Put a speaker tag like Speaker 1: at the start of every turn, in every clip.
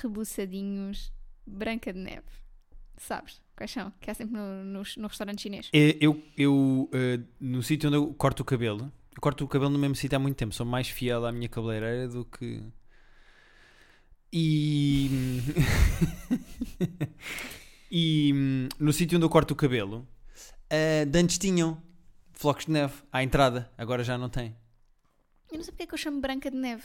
Speaker 1: rebuçadinhos Branca de Neve. Sabes? Quais são? Que há sempre no, no, no restaurante chinês.
Speaker 2: É, Eu, eu eh, no sítio onde eu corto o cabelo, eu corto o cabelo no mesmo sítio há muito tempo, sou mais fiel à minha cabeleireira do que. E. e hum, no sítio onde eu corto o cabelo, eh, de antes tinham flocos de neve à entrada, agora já não tem.
Speaker 1: Eu não sei porque é que eu chamo Branca de Neve.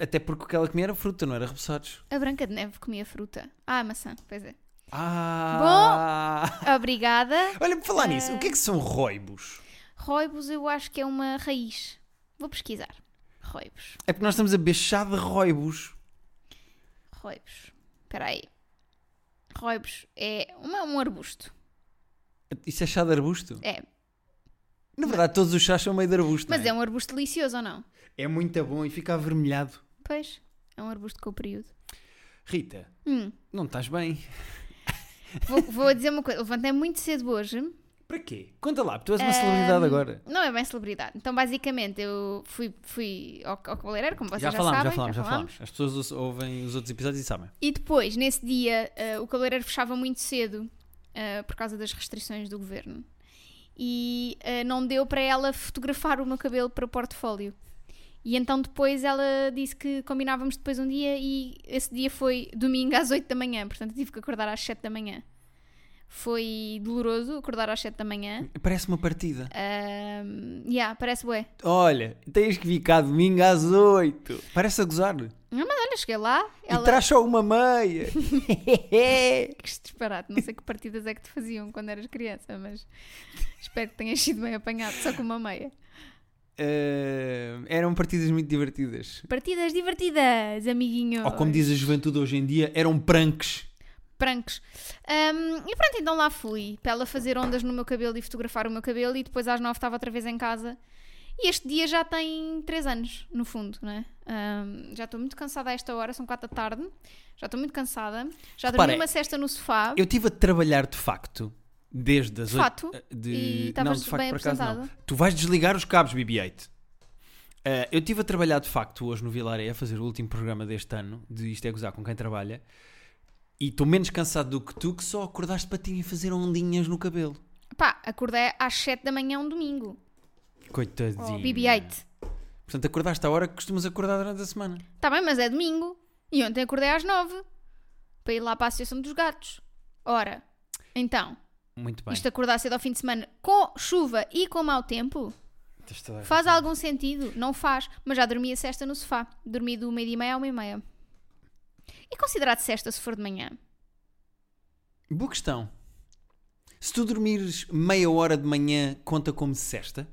Speaker 2: Até porque o que ela comia era fruta, não era repousados.
Speaker 1: A Branca de Neve comia fruta. Ah, a maçã, pois é.
Speaker 2: Ah!
Speaker 1: Obrigada.
Speaker 2: Olha, por falar nisso, o que é que são roibos?
Speaker 1: Roibos eu acho que é uma raiz. Vou pesquisar. Roibos.
Speaker 2: É porque nós estamos a beber chá de roibos.
Speaker 1: Roibos. Espera aí. Roibos é uma- um arbusto.
Speaker 2: Isso é chá de arbusto?
Speaker 1: É.
Speaker 2: Na verdade, todos os chás são meio de arbusto.
Speaker 1: Mas
Speaker 2: não
Speaker 1: é um arbusto delicioso ou não?
Speaker 2: é... muito bom e fica avermelhado.
Speaker 1: Pois. É um arbusto com período.
Speaker 2: Rita,
Speaker 1: Hum.
Speaker 2: não estás bem?
Speaker 1: Vou, vou dizer uma coisa. Levantei muito cedo hoje.
Speaker 2: Para quê? Conta lá, tu és uma celebridade agora.
Speaker 1: Não é bem celebridade. Então, basicamente, eu fui, fui ao, ao cabeleireiro, como vocês já, sabem.
Speaker 2: já falámos, já falámos. As pessoas ouço- ouvem os outros episódios e sabem.
Speaker 1: E depois, nesse dia, eh, o cabeleireiro fechava muito cedo eh, por causa das restrições do governo. E eh, não deu para ela fotografar o meu cabelo para o portfólio. E então depois ela disse que combinávamos depois um dia e esse dia foi domingo às 8 da manhã, portanto tive que acordar às 7 da manhã. Foi doloroso acordar às 7 da manhã.
Speaker 2: Parece uma partida.
Speaker 1: Ahm, yeah, parece bué.
Speaker 2: Olha, tens que vir cá domingo às 8. Parece a gozar.
Speaker 1: Não, mas Ah, olha, cheguei lá,
Speaker 2: E
Speaker 1: ela...
Speaker 2: traz só uma meia.
Speaker 1: Que disparate, não sei que partidas é que te faziam quando eras criança, mas espero que tenhas sido bem apanhado, só com uma meia.
Speaker 2: Eh, eram partidas muito divertidas.
Speaker 1: Partidas divertidas, amiguinho.
Speaker 2: Ou como diz a juventude hoje em dia, eram pranks.
Speaker 1: Prancos. Ahm, e pronto, então lá fui, para ela fazer ondas no meu cabelo e fotografar o meu cabelo, e depois às nove estava outra vez em casa. E este dia já tem três anos, no fundo, né? Ahm, já estou muito cansada a esta hora, são quatro da tarde, já estou muito cansada, já
Speaker 2: Repara,
Speaker 1: dormi uma cesta no sofá.
Speaker 2: Eu estive a trabalhar de facto desde as
Speaker 1: De
Speaker 2: oito- eh,
Speaker 1: fato?
Speaker 2: de-
Speaker 1: E
Speaker 2: Não,
Speaker 1: estavas
Speaker 2: de facto,
Speaker 1: bem
Speaker 2: por acaso não.
Speaker 1: apresentada?
Speaker 2: Tu vais desligar os cabos, BB-8. Eh, eu estive a trabalhar de facto hoje no Vilaré a fazer o último programa deste ano de Isto é Gozar com quem trabalha e estou menos cansado do que tu que só acordaste para ti e fazer ondinhas no cabelo.
Speaker 1: Pá, acordei às sete da manhã um domingo.
Speaker 2: Coitadinho.
Speaker 1: Oh, BB-8.
Speaker 2: Portanto, acordaste à hora que costumas acordar durante a semana.
Speaker 1: Tá bem, mas é domingo. E ontem acordei às nove para ir lá para a Associação dos Gatos. Ora, então,
Speaker 2: Muito bem.
Speaker 1: isto acordar cedo ao fim de semana com chuva e com mau tempo
Speaker 2: Tens toda a
Speaker 1: faz
Speaker 2: razão.
Speaker 1: algum sentido? Não faz. Mas já dormi a sexta no sofá. Dormi do meio-dia e meia ao meio-meia. É considerado sexta se for de manhã?
Speaker 2: Boa questão. Se tu dormires meia hora de manhã, conta como sesta?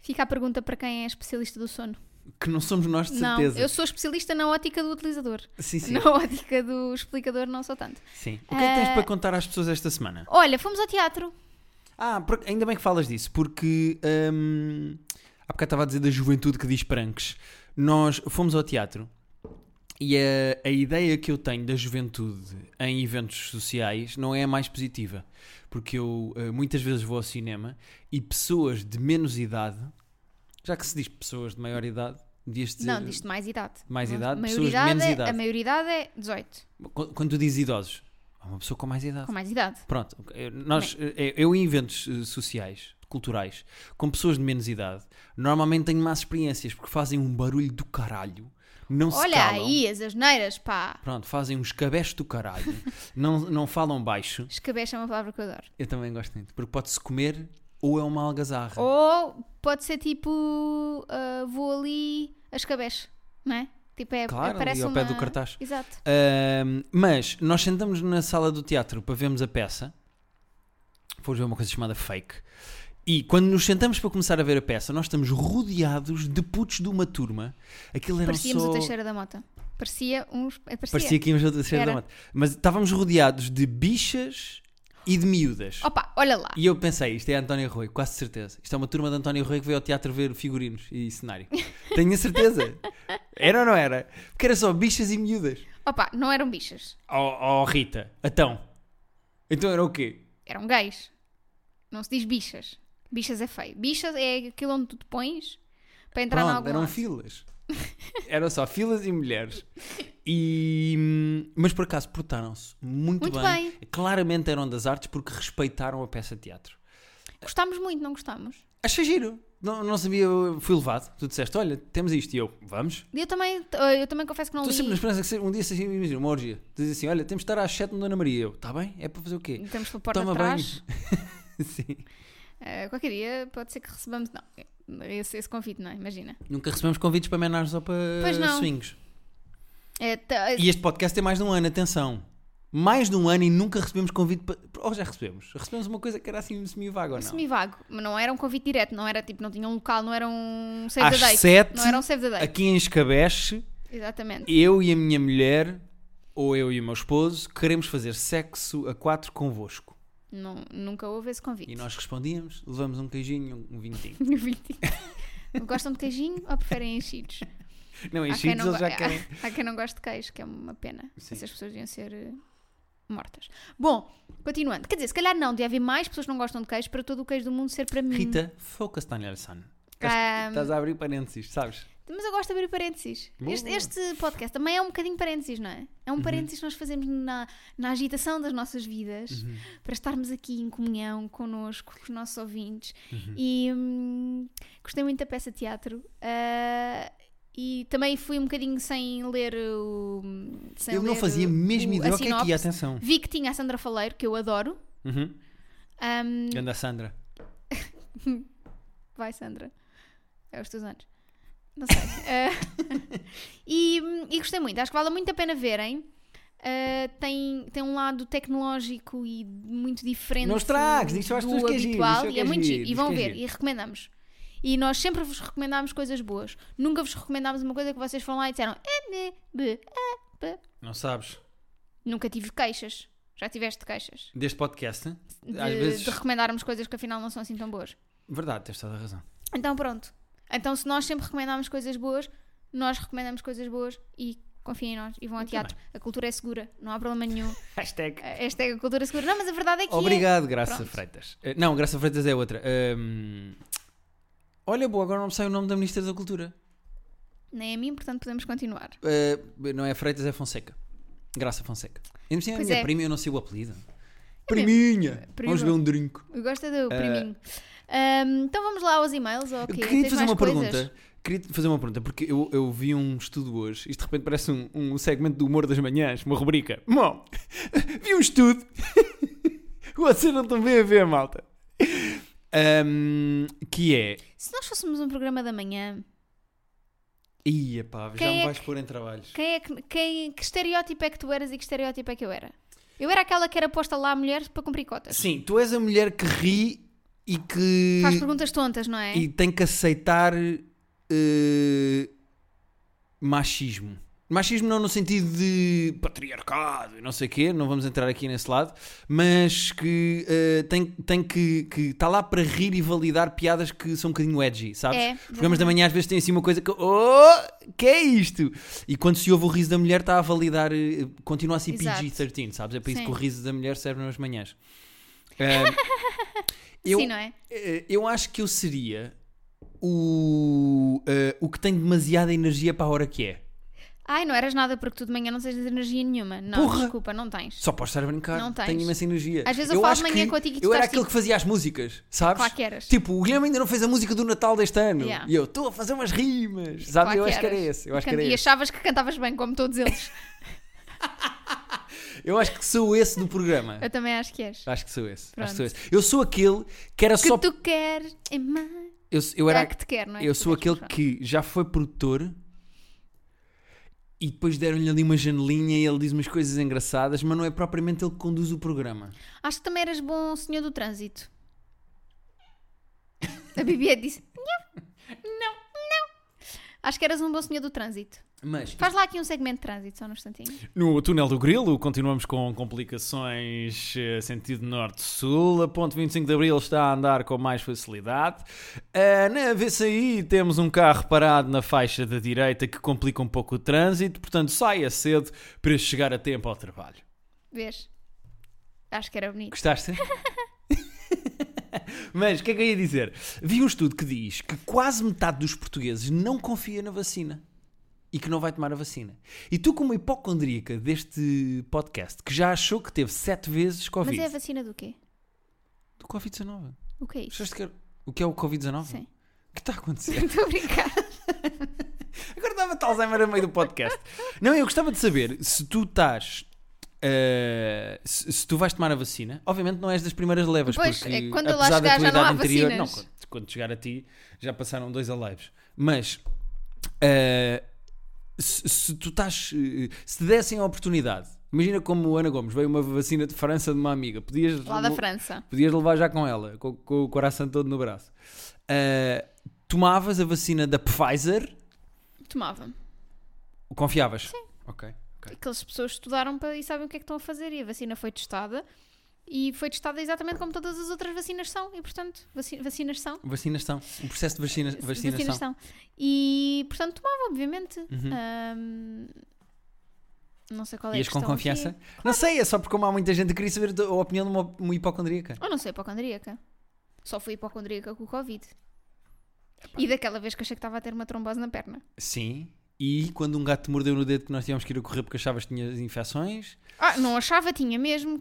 Speaker 1: Fica a pergunta para quem é especialista do sono.
Speaker 2: Que não somos nós de
Speaker 1: Não,
Speaker 2: certeza.
Speaker 1: eu sou especialista na ótica do utilizador.
Speaker 2: Sim, sim.
Speaker 1: Na ótica do explicador, não sou tanto.
Speaker 2: Sim. O que é que tens para contar às pessoas esta semana?
Speaker 1: Olha, fomos ao teatro.
Speaker 2: Ah, por- ainda bem que falas disso, porque hum, há bocado estava a dizer da juventude que diz pranks. Nós fomos ao teatro e a, a ideia que eu tenho da juventude em eventos sociais não é a mais positiva. Porque eu eh, muitas vezes vou ao cinema e pessoas de menos idade, já que se diz pessoas de maior idade, devias dizer.
Speaker 1: Não, diz de mais idade.
Speaker 2: Mais
Speaker 1: Não,
Speaker 2: idade, pessoas de
Speaker 1: maioridade
Speaker 2: menos
Speaker 1: é-
Speaker 2: idade.
Speaker 1: A maioridade é 18.
Speaker 2: Quando quando tu dizes idosos, há uma pessoa com mais idade.
Speaker 1: Com mais idade.
Speaker 2: Pronto, eh, nós, eh, eu em eventos eh, sociais, culturais, com pessoas de menos idade, normalmente tenho más experiências porque fazem um barulho do caralho, não se
Speaker 1: Olha
Speaker 2: calam.
Speaker 1: aí as asneiras, pá.
Speaker 2: Pronto, fazem um escabeche do caralho, não, não falam baixo.
Speaker 1: Escabeche é uma palavra que eu adoro.
Speaker 2: Eu também gosto muito, porque pode-se comer ou é uma algazarra.
Speaker 1: Ou pode ser tipo, ah, vou ali a escabeche, não é? Tipo, é,
Speaker 2: Claro,
Speaker 1: parece
Speaker 2: ali ao
Speaker 1: uma...
Speaker 2: pé do cartaz.
Speaker 1: Exato.
Speaker 2: Ahm, mas nós sentamos na sala do teatro para vermos a peça. Fomos ver uma coisa chamada fake. E quando nos sentamos para começar a ver a peça, nós estamos rodeados de putos de uma turma. Aquilo eram
Speaker 1: Parecíamos
Speaker 2: só...
Speaker 1: o Teixeira da Mota. Parecia uns... é, Parecia.
Speaker 2: Parecia que íamos a terceira da
Speaker 1: Era.
Speaker 2: mata. Mas estávamos rodeados de bichas e de miúdas.
Speaker 1: Opa, olha lá.
Speaker 2: E eu pensei, isto é António Rui, quase certeza. Isto é uma turma de António Rui que veio ao teatro ver figurinos e cenário. Tenho a certeza. Era ou não era? Porque era só bichas e miúdas.
Speaker 1: Opa, não eram bichas.
Speaker 2: Oh, oh, Rita, então. Então era o quê?
Speaker 1: Eram gays. Não se diz bichas. Bichas é feio. Bichas é aquilo onde tu te pões para entrar em
Speaker 2: Pronto, um
Speaker 1: algum
Speaker 2: eram
Speaker 1: lado.
Speaker 2: filas. Eram só filas e mulheres. E, hum, mas por acaso portaram-se muito,
Speaker 1: Muito
Speaker 2: bem.
Speaker 1: bem.
Speaker 2: Claramente eram das artes porque respeitaram a peça de teatro.
Speaker 1: Gostámos muito, não gostámos?
Speaker 2: Achei giro. Não, não sabia, fui levado. Tu disseste, olha, temos isto. E eu, vamos.
Speaker 1: Eu também, eh, eu também confesso que não
Speaker 2: Estou sempre
Speaker 1: li.
Speaker 2: na esperança que seja- um dia seja imagina, uma orgia. Tu dizes assim, olha, temos de estar às 7 no Dona Maria. Eu, está bem? É para fazer o quê?
Speaker 1: Estamos pela porta
Speaker 2: Toma
Speaker 1: atrás.
Speaker 2: Sim.
Speaker 1: Eh, qualquer dia pode ser que recebamos. Não, esse, esse convite, não é? Imagina.
Speaker 2: Nunca recebemos convites para menares ou para
Speaker 1: Pois não.
Speaker 2: swings.
Speaker 1: Eh, ta-
Speaker 2: E este podcast tem mais de um ano, atenção. Mais de um ano e nunca recebemos convite para. Ou já recebemos? Recebemos uma coisa que era assim semi-vago ou não?
Speaker 1: Semivago, mas não era um convite direto, não era tipo, não tinha um local, não era um save
Speaker 2: Às
Speaker 1: the date.
Speaker 2: sete,
Speaker 1: Não era um save the date.
Speaker 2: aqui em Escabeche,
Speaker 1: Exatamente.
Speaker 2: eu e a minha mulher, ou eu e o meu esposo, queremos fazer sexo a quatro convosco.
Speaker 1: Não- nunca houve esse convite.
Speaker 2: E nós respondíamos, levamos um queijinho, um vintinho.
Speaker 1: Gostam de queijinho ou preferem enchidos?
Speaker 2: Não,
Speaker 1: Há quem
Speaker 2: enchidos
Speaker 1: não, Hum.
Speaker 2: eles
Speaker 1: go-
Speaker 2: já querem.
Speaker 1: há quem não goste de queijo, que é uma pena.
Speaker 2: Sim.
Speaker 1: Essas pessoas deviam ser eh, mortas. Bom, continuando. Quer dizer, se calhar não, devia haver mais pessoas que não gostam de queijo para todo o queijo do mundo ser para mim.
Speaker 2: Rita, focus Daniel San.
Speaker 1: Ah,
Speaker 2: Estás a abrir parênteses, sabes?
Speaker 1: Mas eu gosto de abrir parênteses.
Speaker 2: Boa. Uhum.
Speaker 1: Este, este podcast também é um bocadinho parênteses, não é? É um parênteses que nós fazemos na, na agitação das nossas vidas
Speaker 2: Uhum.
Speaker 1: para estarmos aqui em comunhão connosco, com os nossos ouvintes.
Speaker 2: Uhum.
Speaker 1: E hum, gostei muito da peça de teatro. ah, e também fui um bocadinho sem ler o. hum, Sem
Speaker 2: eu não
Speaker 1: ler
Speaker 2: fazia
Speaker 1: o-
Speaker 2: mesmo
Speaker 1: o-
Speaker 2: ideia
Speaker 1: a
Speaker 2: o que é que
Speaker 1: sinopse.
Speaker 2: ia, atenção.
Speaker 1: Vi que tinha a Sandra Faleiro, que eu adoro.
Speaker 2: Uhum.
Speaker 1: Ahm,
Speaker 2: Ganda Sandra.
Speaker 1: Vai, Sandra. É os teus anos. Não sei. Eh, e, e gostei muito. Acho que vale muito a pena verem. Eh, tem, tem um lado tecnológico e muito diferente
Speaker 2: Não estragues, diz só às
Speaker 1: do
Speaker 2: pessoas que é giro, diz
Speaker 1: habitual
Speaker 2: só
Speaker 1: e
Speaker 2: que
Speaker 1: é
Speaker 2: é
Speaker 1: muito
Speaker 2: giro,
Speaker 1: giro. E
Speaker 2: diz
Speaker 1: vão
Speaker 2: que é
Speaker 1: ver,
Speaker 2: giro.
Speaker 1: e recomendamos. E nós sempre vos recomendámos coisas boas. Nunca vos recomendámos uma coisa que vocês foram lá e disseram "Eh, né, bê, ah, bê."
Speaker 2: Não sabes?
Speaker 1: Nunca tive queixas. Já tiveste queixas.
Speaker 2: Deste podcast, hein?
Speaker 1: De,
Speaker 2: às vezes.
Speaker 1: de recomendarmos coisas que afinal não são assim tão boas.
Speaker 2: Verdade, tens toda a razão.
Speaker 1: Então pronto. Então se nós sempre recomendámos coisas boas, nós recomendamos coisas boas e confiem em nós e vão ao
Speaker 2: Muito
Speaker 1: teatro. A cultura é segura, não há problema nenhum.
Speaker 2: Hashtag.
Speaker 1: Esta é a cultura segura. Não, mas a verdade é que
Speaker 2: Obrigado, Graça
Speaker 1: Pronto.
Speaker 2: Freitas. Eh, Não, Graça Freitas é outra. Ahm, Olha, boa, agora não me sai o nome da Ministra da Cultura.
Speaker 1: é. Nem a mim, portanto podemos continuar.
Speaker 2: Eh, não é Freitas, é Fonseca. Graça Fonseca. Ainda por cima é a
Speaker 1: Pois
Speaker 2: minha
Speaker 1: é.
Speaker 2: prima, eu não sei o apelido. Priminha!
Speaker 1: Prima.
Speaker 2: Vamos beber um drink.
Speaker 1: Eu gosto é do
Speaker 2: Eh,
Speaker 1: priminho. Ahm, então vamos lá aos e-mails ou o quê?
Speaker 2: Queria te
Speaker 1: Tens
Speaker 2: fazer
Speaker 1: mais
Speaker 2: uma
Speaker 1: coisas?
Speaker 2: pergunta. Queria te fazer uma pergunta, porque eu, eu vi um estudo hoje, isto de repente parece um, um segmento do humor das manhãs, uma rubrica. Bom, vi um estudo. Vocês não estão bem a ver, malta. Ahm, que é.
Speaker 1: Se nós fôssemos um programa da manhã,
Speaker 2: Ia pá, já
Speaker 1: Quem
Speaker 2: me
Speaker 1: é
Speaker 2: vais pôr em trabalhos.
Speaker 1: quem é que, quem, que estereótipo é que tu eras e que estereótipo é que eu era? Eu era aquela que era posta lá a mulheres para cumprir cotas.
Speaker 2: Sim, tu és a mulher que ri e que.
Speaker 1: Faz perguntas tontas, não é?
Speaker 2: E tem que aceitar eh, machismo. Machismo não no sentido de patriarcado e não sei o quê, não vamos entrar aqui nesse lado, mas que eh, tem, tem que está lá para rir e validar piadas que são um bocadinho edgy, sabes?
Speaker 1: É,
Speaker 2: Os programas da manhã às vezes têm assim uma coisa que oh, que é isto? E quando se ouve o riso da mulher está a validar, eh, continua a ser
Speaker 1: Exato.
Speaker 2: PG-13, sabes? É por isso
Speaker 1: Sim.
Speaker 2: que o riso da mulher serve nas manhãs. Eh, eu-
Speaker 1: Sim, não é?
Speaker 2: eh, Eu acho que eu seria o, eh, o que tem demasiada energia para a hora que é.
Speaker 1: Ai, não eras nada porque tu de manhã não tens energia nenhuma. Não,
Speaker 2: Porra!
Speaker 1: desculpa, não tens.
Speaker 2: Só posso estar a brincar.
Speaker 1: Não tens.
Speaker 2: Tenho imensa energia.
Speaker 1: Às vezes eu falo de
Speaker 2: acho
Speaker 1: manhã
Speaker 2: que
Speaker 1: contigo e tu
Speaker 2: Eu era
Speaker 1: estás tipo
Speaker 2: aquele que fazia as músicas, sabes?
Speaker 1: Claro que eras.
Speaker 2: Tipo, o Guilherme ainda não fez a música do Natal deste ano.
Speaker 1: Yeah.
Speaker 2: E eu estou a fazer umas rimas.
Speaker 1: Claro
Speaker 2: Sabe? eu acho que era
Speaker 1: eras.
Speaker 2: esse. Eu acho
Speaker 1: e,
Speaker 2: que era
Speaker 1: can- e
Speaker 2: esse.
Speaker 1: achavas que cantavas bem, como todos eles.
Speaker 2: Eu acho que sou esse do programa.
Speaker 1: Eu também acho que és.
Speaker 2: Acho que sou esse. Acho
Speaker 1: Pronto.
Speaker 2: que sou esse. Eu sou aquele que era
Speaker 1: Que
Speaker 2: Ah, só.
Speaker 1: tu queres é mais.
Speaker 2: Eu, eu
Speaker 1: Era...
Speaker 2: era
Speaker 1: É que te quer, não é?
Speaker 2: Eu
Speaker 1: Que tu
Speaker 2: sou
Speaker 1: queres,
Speaker 2: aquele
Speaker 1: mas pronto.
Speaker 2: que já foi produtor e depois deram-lhe ali uma janelinha e ele diz umas coisas engraçadas, mas não é propriamente ele que conduz o programa.
Speaker 1: Acho que também eras bom senhor do trânsito. A Bibi disse: Não, não, não. Acho que eras um bom senhor do trânsito.
Speaker 2: Mas
Speaker 1: Faz lá aqui um segmento de trânsito, só num instantinho.
Speaker 2: no túnel do Grilo continuamos com complicações eh, sentido norte-sul. A ponte 25 de Abril está a andar com mais facilidade. Eh, na VCI temos um carro parado na faixa da direita que complica um pouco o trânsito, portanto saia cedo para chegar a tempo ao trabalho.
Speaker 1: Vês? Acho que era bonito.
Speaker 2: Gostaste? Mas o que é que eu ia dizer? Vi um estudo que diz que quase metade dos portugueses não confia na vacina. e que não vai tomar a vacina. E tu, como hipocondríaca deste podcast, que já achou que teve sete vezes Covid,
Speaker 1: Mas é a vacina do quê?
Speaker 2: do Covid-19.
Speaker 1: O que é isso?
Speaker 2: Achaste que era- O que é o Covid-19?
Speaker 1: Sim.
Speaker 2: O que está a acontecer?
Speaker 1: Estou a brincar.
Speaker 2: Agora dava-te Alzheimer a meio do podcast. Não, eu gostava de saber se tu estás. eh, se, se tu vais tomar a vacina, obviamente não és das primeiras levas.
Speaker 1: Pois,
Speaker 2: porque,
Speaker 1: é que quando eu lá
Speaker 2: apesar da
Speaker 1: chegar
Speaker 2: tua
Speaker 1: já não há
Speaker 2: idade anterior,
Speaker 1: vacinas.
Speaker 2: Não, quando, quando chegar a ti já passaram dois alives. Mas eh, se, se tu estás. eh, se te dessem a oportunidade, imagina como Ana Gomes veio uma vacina de França de uma amiga, podias
Speaker 1: Lá da
Speaker 2: remo-
Speaker 1: França.
Speaker 2: Podias levar já com ela, com, com o coração todo no braço. Ah, tomavas a vacina da Pfizer?
Speaker 1: Tomava.
Speaker 2: Confiavas? Sim. Ok. ok.
Speaker 1: Aquelas pessoas estudaram para, e sabem o que é que estão a fazer. E a vacina foi testada. E foi testada exatamente como todas as outras vacinas são. E, portanto, vaci- vacinas são.
Speaker 2: Vacinação. O processo de vacina,
Speaker 1: Eh,
Speaker 2: vacinação.
Speaker 1: Vacinação. E, portanto, tomava, obviamente. Ahm, não sei qual é a
Speaker 2: Uhum. Ias com
Speaker 1: questão
Speaker 2: confiança?
Speaker 1: aqui.
Speaker 2: Não sei, é só porque como há muita gente que queria saber a opinião de uma, uma hipocondríaca.
Speaker 1: Eu não sou hipocondríaca. Só fui hipocondríaca com o Covid. E daquela vez que achei que estava a ter uma trombose na perna.
Speaker 2: Sim. E quando um gato te mordeu no dedo que nós tínhamos que ir a correr porque achavas que tinhas infecções.
Speaker 1: Ah, não achava, tinha mesmo.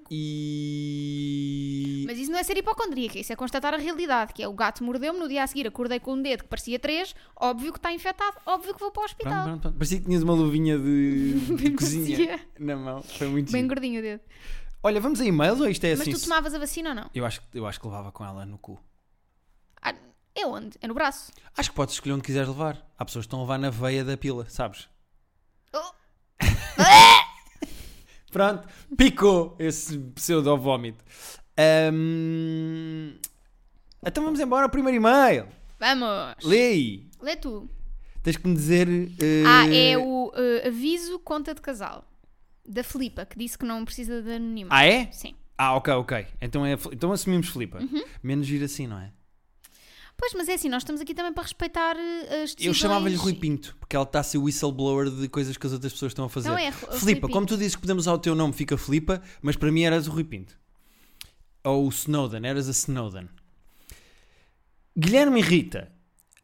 Speaker 2: E...
Speaker 1: Mas isso não é ser hipocondríaca, isso é constatar a realidade, que é o gato mordeu-me, no dia a seguir acordei com um dedo que parecia três, óbvio que está infectado, óbvio que vou para o
Speaker 2: Pronto,
Speaker 1: hospital.
Speaker 2: pronto, pronto. Parecia que tinhas uma luvinha de, de
Speaker 1: Bem
Speaker 2: cozinha
Speaker 1: parecia.
Speaker 2: na mão. Foi muito
Speaker 1: Bem
Speaker 2: giro.
Speaker 1: gordinho o dedo.
Speaker 2: Olha, vamos a e-mails ou isto é
Speaker 1: Mas
Speaker 2: assim?
Speaker 1: tu tomavas a vacina ou não?
Speaker 2: Eu acho, que- eu acho que levava com ela no cu.
Speaker 1: Ah, é onde? É no braço.
Speaker 2: Acho que podes escolher onde quiseres levar. Há pessoas que estão a levar na veia da pila, sabes?
Speaker 1: Oh,
Speaker 2: Pronto, picou esse pseudo-vómito. Ahm, Então vamos embora ao primeiro e-mail.
Speaker 1: vamos! Lê,
Speaker 2: Lê aí.
Speaker 1: tu.
Speaker 2: Tens que me dizer. eh,
Speaker 1: Ah, é o eh, aviso conta de casal, da Filipa, que disse que não precisa de anonimato.
Speaker 2: Ah, é?
Speaker 1: Sim.
Speaker 2: Ah, ok, ok. Então, é, então assumimos Filipa.
Speaker 1: Uhum.
Speaker 2: Menos giro assim, não é?
Speaker 1: Pois, mas é assim, nós estamos aqui também para respeitar eh, as decisões.
Speaker 2: Eu chamava-lhe Rui Pinto, porque ela está a ser whistleblower de coisas que as outras pessoas estão a fazer.
Speaker 1: Não é, Ru- Rui
Speaker 2: Filipa,
Speaker 1: Pinto.
Speaker 2: como tu dizes que podemos usar o teu nome, fica Filipa, mas para mim eras o Rui Pinto. Ou o Snowden, eras a Snowden. Guilherme e Rita,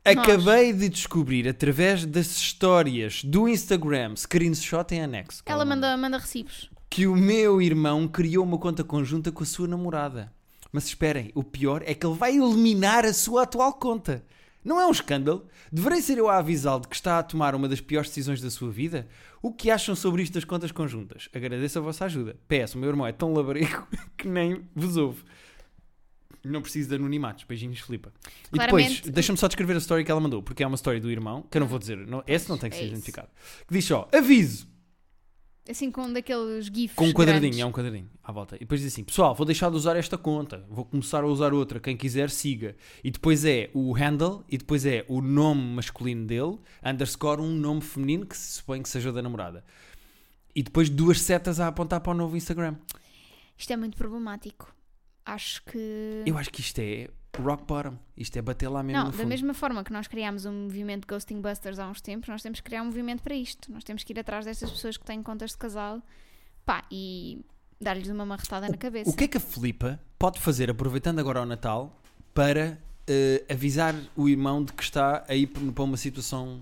Speaker 2: acabei de descobrir através das histórias do Instagram, screenshot em anexo. que
Speaker 1: Ela manda, manda recibos.
Speaker 2: que o meu irmão criou uma conta conjunta com a sua namorada. Mas esperem, o pior é que ele vai eliminar a sua atual conta. Não é um escândalo? Deverei ser eu a avisá-lo de que está a tomar uma das piores decisões da sua vida? O que acham sobre isto das contas conjuntas? Agradeço a vossa ajuda. PS, o meu irmão é tão labarego que nem vos ouve. Não preciso de anonimatos. Beijinhos, Filipa. E depois,
Speaker 1: Claramente-
Speaker 2: deixa-me só descrever a história que ela mandou, porque é uma história do irmão, que eu não vou dizer, não, esse não tem que
Speaker 1: É
Speaker 2: ser
Speaker 1: isso.
Speaker 2: identificado. Que diz só, aviso,
Speaker 1: Assim, com um daqueles gifs
Speaker 2: com um quadradinho,
Speaker 1: grandes.
Speaker 2: é um quadradinho à volta. E depois diz assim: pessoal, vou deixar de usar esta conta, vou começar a usar outra, quem quiser siga. E depois é o handle, e depois é o nome masculino dele, underscore um nome feminino que se supõe que seja da namorada. E depois duas setas a apontar para o novo Instagram.
Speaker 1: Isto é muito problemático. Acho que.
Speaker 2: Eu acho que isto é rock bottom. Isto é bater lá mesmo
Speaker 1: Não,
Speaker 2: no
Speaker 1: da
Speaker 2: fundo.
Speaker 1: mesma forma que nós criámos um movimento Ghosting Busters há uns tempos, nós temos que criar um movimento para isto. Nós temos que ir atrás destas pessoas que têm contas de casal pá, e dar-lhes uma marretada na cabeça.
Speaker 2: O que é que a Filipa pode fazer, aproveitando agora o Natal, para eh, avisar o irmão de que está aí para uma situação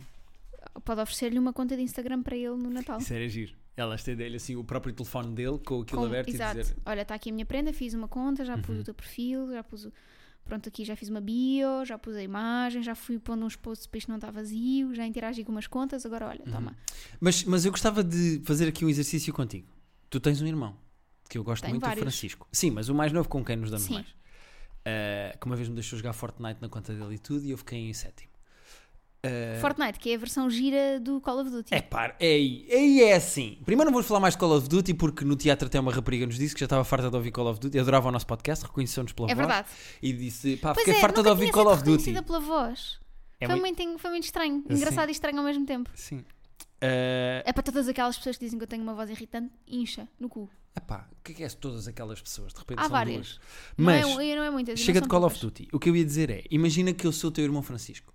Speaker 2: é
Speaker 1: Pode oferecer-lhe uma conta de Instagram para ele no Natal.
Speaker 2: Isso era giro. Ela estendeu-lhe assim o próprio telefone dele com aquilo
Speaker 1: Com-
Speaker 2: aberto
Speaker 1: exato.
Speaker 2: e dizer. Uhum.
Speaker 1: Olha, está aqui a minha prenda, fiz uma conta, já pus o teu perfil, já pus o... Pronto, aqui já fiz uma bio, já pus a imagem, já fui pondo uns posts para isto não estar vazio, já interagi com umas contas, agora olha,
Speaker 2: Uhum.
Speaker 1: toma.
Speaker 2: Mas, mas eu gostava de fazer aqui um exercício contigo. Tu tens um irmão que eu gosto
Speaker 1: Tenho
Speaker 2: muito,
Speaker 1: vários.
Speaker 2: o Francisco. Sim, mas o mais novo com quem nos damos
Speaker 1: Sim.
Speaker 2: mais. Ah, que uma vez me deixou jogar Fortnite na conta dele e tudo e eu fiquei em sétimo. Ah,
Speaker 1: Fortnite, que é a versão gira do Call of Duty.
Speaker 2: É par, é aí, é aí é assim. Primeiro não vou falar mais de Call of Duty porque no teatro até uma rapariga nos disse que já estava farta de ouvir Call of Duty, adorava o nosso podcast, reconheceu-nos pela
Speaker 1: É
Speaker 2: voz
Speaker 1: verdade.
Speaker 2: e disse, pá,
Speaker 1: Pois
Speaker 2: fiquei
Speaker 1: é,
Speaker 2: farta de
Speaker 1: nunca
Speaker 2: ouvir
Speaker 1: tinha
Speaker 2: Call
Speaker 1: sido
Speaker 2: of Duty.
Speaker 1: reconhecida pela voz.
Speaker 2: É
Speaker 1: foi,
Speaker 2: muito-
Speaker 1: muito, foi muito estranho.
Speaker 2: Assim.
Speaker 1: Engraçado e estranho ao mesmo tempo.
Speaker 2: Sim. Ah,
Speaker 1: É para todas aquelas pessoas que dizem que eu tenho uma voz irritante, incha no cu.
Speaker 2: Epá, o que é que é todas aquelas pessoas? De repente
Speaker 1: Há
Speaker 2: são
Speaker 1: várias.
Speaker 2: duas.
Speaker 1: Não é
Speaker 2: Mas
Speaker 1: um- e não é muitas, e não
Speaker 2: chega de
Speaker 1: são
Speaker 2: Call of
Speaker 1: poucas.
Speaker 2: Duty. O que eu ia dizer é, imagina que eu sou o teu irmão Francisco.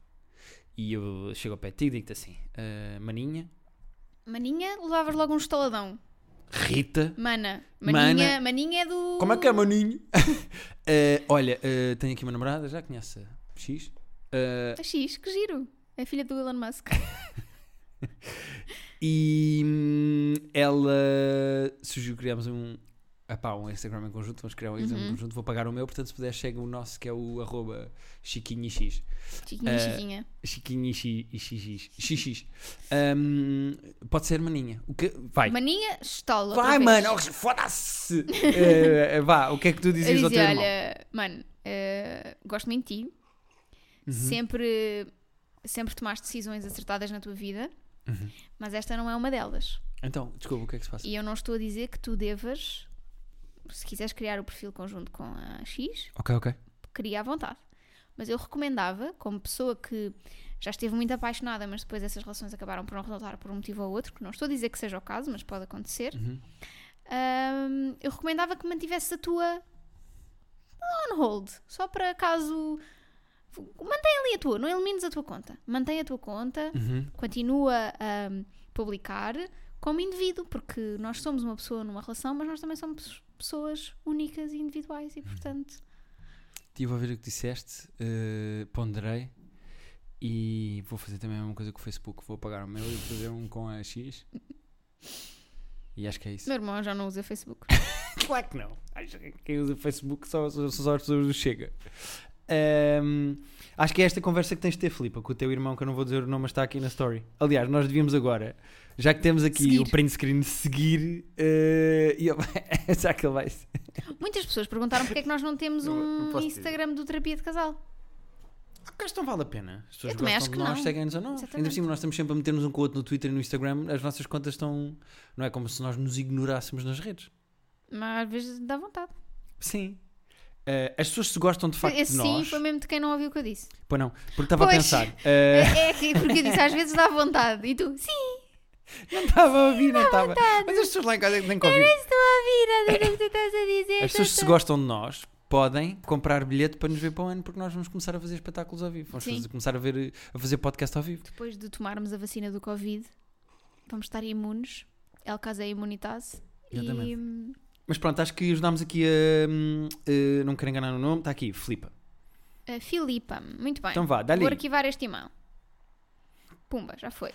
Speaker 2: E eu chego ao pé de ti e digo-te assim, "Ah, maninha,
Speaker 1: Maninha, levavas logo um estaladão.
Speaker 2: Rita...
Speaker 1: Mana.
Speaker 2: Mana.
Speaker 1: Maninha, maninha é do.
Speaker 2: Como é que é, maninho? Ah, olha, ah, tenho aqui uma namorada, já conhece a X? Ah,
Speaker 1: É A X, que giro. É filha do Elon Musk.
Speaker 2: E hum, ela surgiu, criámos um, epá, um Instagram em conjunto, vamos criar um Instagram em
Speaker 1: Uhum.
Speaker 2: conjunto, vou pagar o meu, portanto se puder chega o nosso que é o arroba chiquinhix.
Speaker 1: Chiquinha,
Speaker 2: Eh,
Speaker 1: chiquinha.
Speaker 2: Chiquinho e chi- e xixis. xixis. Hum, pode ser maninha. O que, vai.
Speaker 1: Maninha, estola. outra
Speaker 2: vai,
Speaker 1: vez.
Speaker 2: mano, oh, foda-se! Eh, vá, o que é que tu
Speaker 1: Eu
Speaker 2: dizias
Speaker 1: dizia,
Speaker 2: ao teu irmão?
Speaker 1: olha, mano, eh, gosto muito de ti.
Speaker 2: Uhum.
Speaker 1: Sempre, sempre tomaste decisões acertadas na tua vida,
Speaker 2: Uhum.
Speaker 1: mas esta não é uma delas.
Speaker 2: Então, desculpa, o que é que se passa?
Speaker 1: E eu não estou a dizer que tu devas, se quiseres criar o perfil conjunto com a X,
Speaker 2: Ok, ok.
Speaker 1: queria à vontade. Mas eu recomendava, como pessoa que já esteve muito apaixonada, mas depois essas relações acabaram por não resultar por um motivo ou outro, que não estou a dizer que seja o caso, mas pode acontecer,
Speaker 2: Uhum.
Speaker 1: ahm, eu recomendava que mantivesse a tua on hold, só para caso. Mantém ali a tua, não elimines a tua conta. Mantém a tua conta,
Speaker 2: Uhum.
Speaker 1: continua a publicar como indivíduo, porque nós somos uma pessoa numa relação, mas nós também somos pessoas únicas e individuais e,
Speaker 2: Uhum.
Speaker 1: portanto,
Speaker 2: Estive a ouvir o que disseste, eh, ponderei e vou fazer também a mesma coisa com o Facebook. Vou apagar o meu e vou fazer um com a X. E acho que é isso.
Speaker 1: meu irmão já não usa Facebook.
Speaker 2: Claro que não. Acho que Quem usa o Facebook só, só, só as pessoas do Chega. Ahm, acho que é esta conversa que tens de ter, Filipa, com o teu irmão, que eu não vou dizer o nome, mas está aqui na story. Aliás, nós devíamos agora, já que temos aqui
Speaker 1: Seguir.
Speaker 2: o print screen, seguir. eh, e eu, será que ele vai.
Speaker 1: Muitas pessoas perguntaram porque é que nós não temos
Speaker 2: Não- não
Speaker 1: um
Speaker 2: posso dizer.
Speaker 1: Instagram do Terapia de Casal.
Speaker 2: Porque acho que não vale a pena. As pessoas
Speaker 1: Eu também acho
Speaker 2: gostam de
Speaker 1: que
Speaker 2: nós,
Speaker 1: não.
Speaker 2: seguem-nos ou não. Ainda por
Speaker 1: Exatamente.
Speaker 2: cima, nós estamos sempre a meter-nos um com o outro no Twitter e no Instagram. As nossas contas estão. Não é como se nós nos ignorássemos nas redes.
Speaker 1: Mas às vezes dá vontade.
Speaker 2: Sim. Eh, as pessoas se gostam de facto
Speaker 1: Esse
Speaker 2: de
Speaker 1: sim
Speaker 2: nós.
Speaker 1: foi mesmo de quem não ouviu o que eu disse.
Speaker 2: Pois não. Porque estava a
Speaker 1: Pois.
Speaker 2: pensar. eh,
Speaker 1: É, é que- porque eu disse, às vezes dá vontade. E tu, sim,
Speaker 2: não estava a ouvir, não estava. Mas as pessoas lá em casa é que têm que ouvir.
Speaker 1: estou a ouvir nada do que tu estás a dizer.
Speaker 2: As pessoas que se
Speaker 1: tá, tá.
Speaker 2: gostam de nós podem comprar bilhete para nos ver para o ano, porque nós vamos começar a fazer espetáculos ao vivo. Vamos
Speaker 1: Sim.
Speaker 2: fazer- começar a, ver, a fazer podcast ao vivo.
Speaker 1: Depois de tomarmos a vacina do Covid, vamos estar imunes. El caso é imunitase.
Speaker 2: Exatamente.
Speaker 1: E hum,
Speaker 2: Mas pronto, acho que ajudámos aqui a. hum, eh, não quero enganar o nome, está aqui, Flipa.
Speaker 1: a eh, Filipa, muito bem.
Speaker 2: Então vá, dá-lhe.
Speaker 1: Vou
Speaker 2: aí.
Speaker 1: arquivar este imão. Pumba, já foi.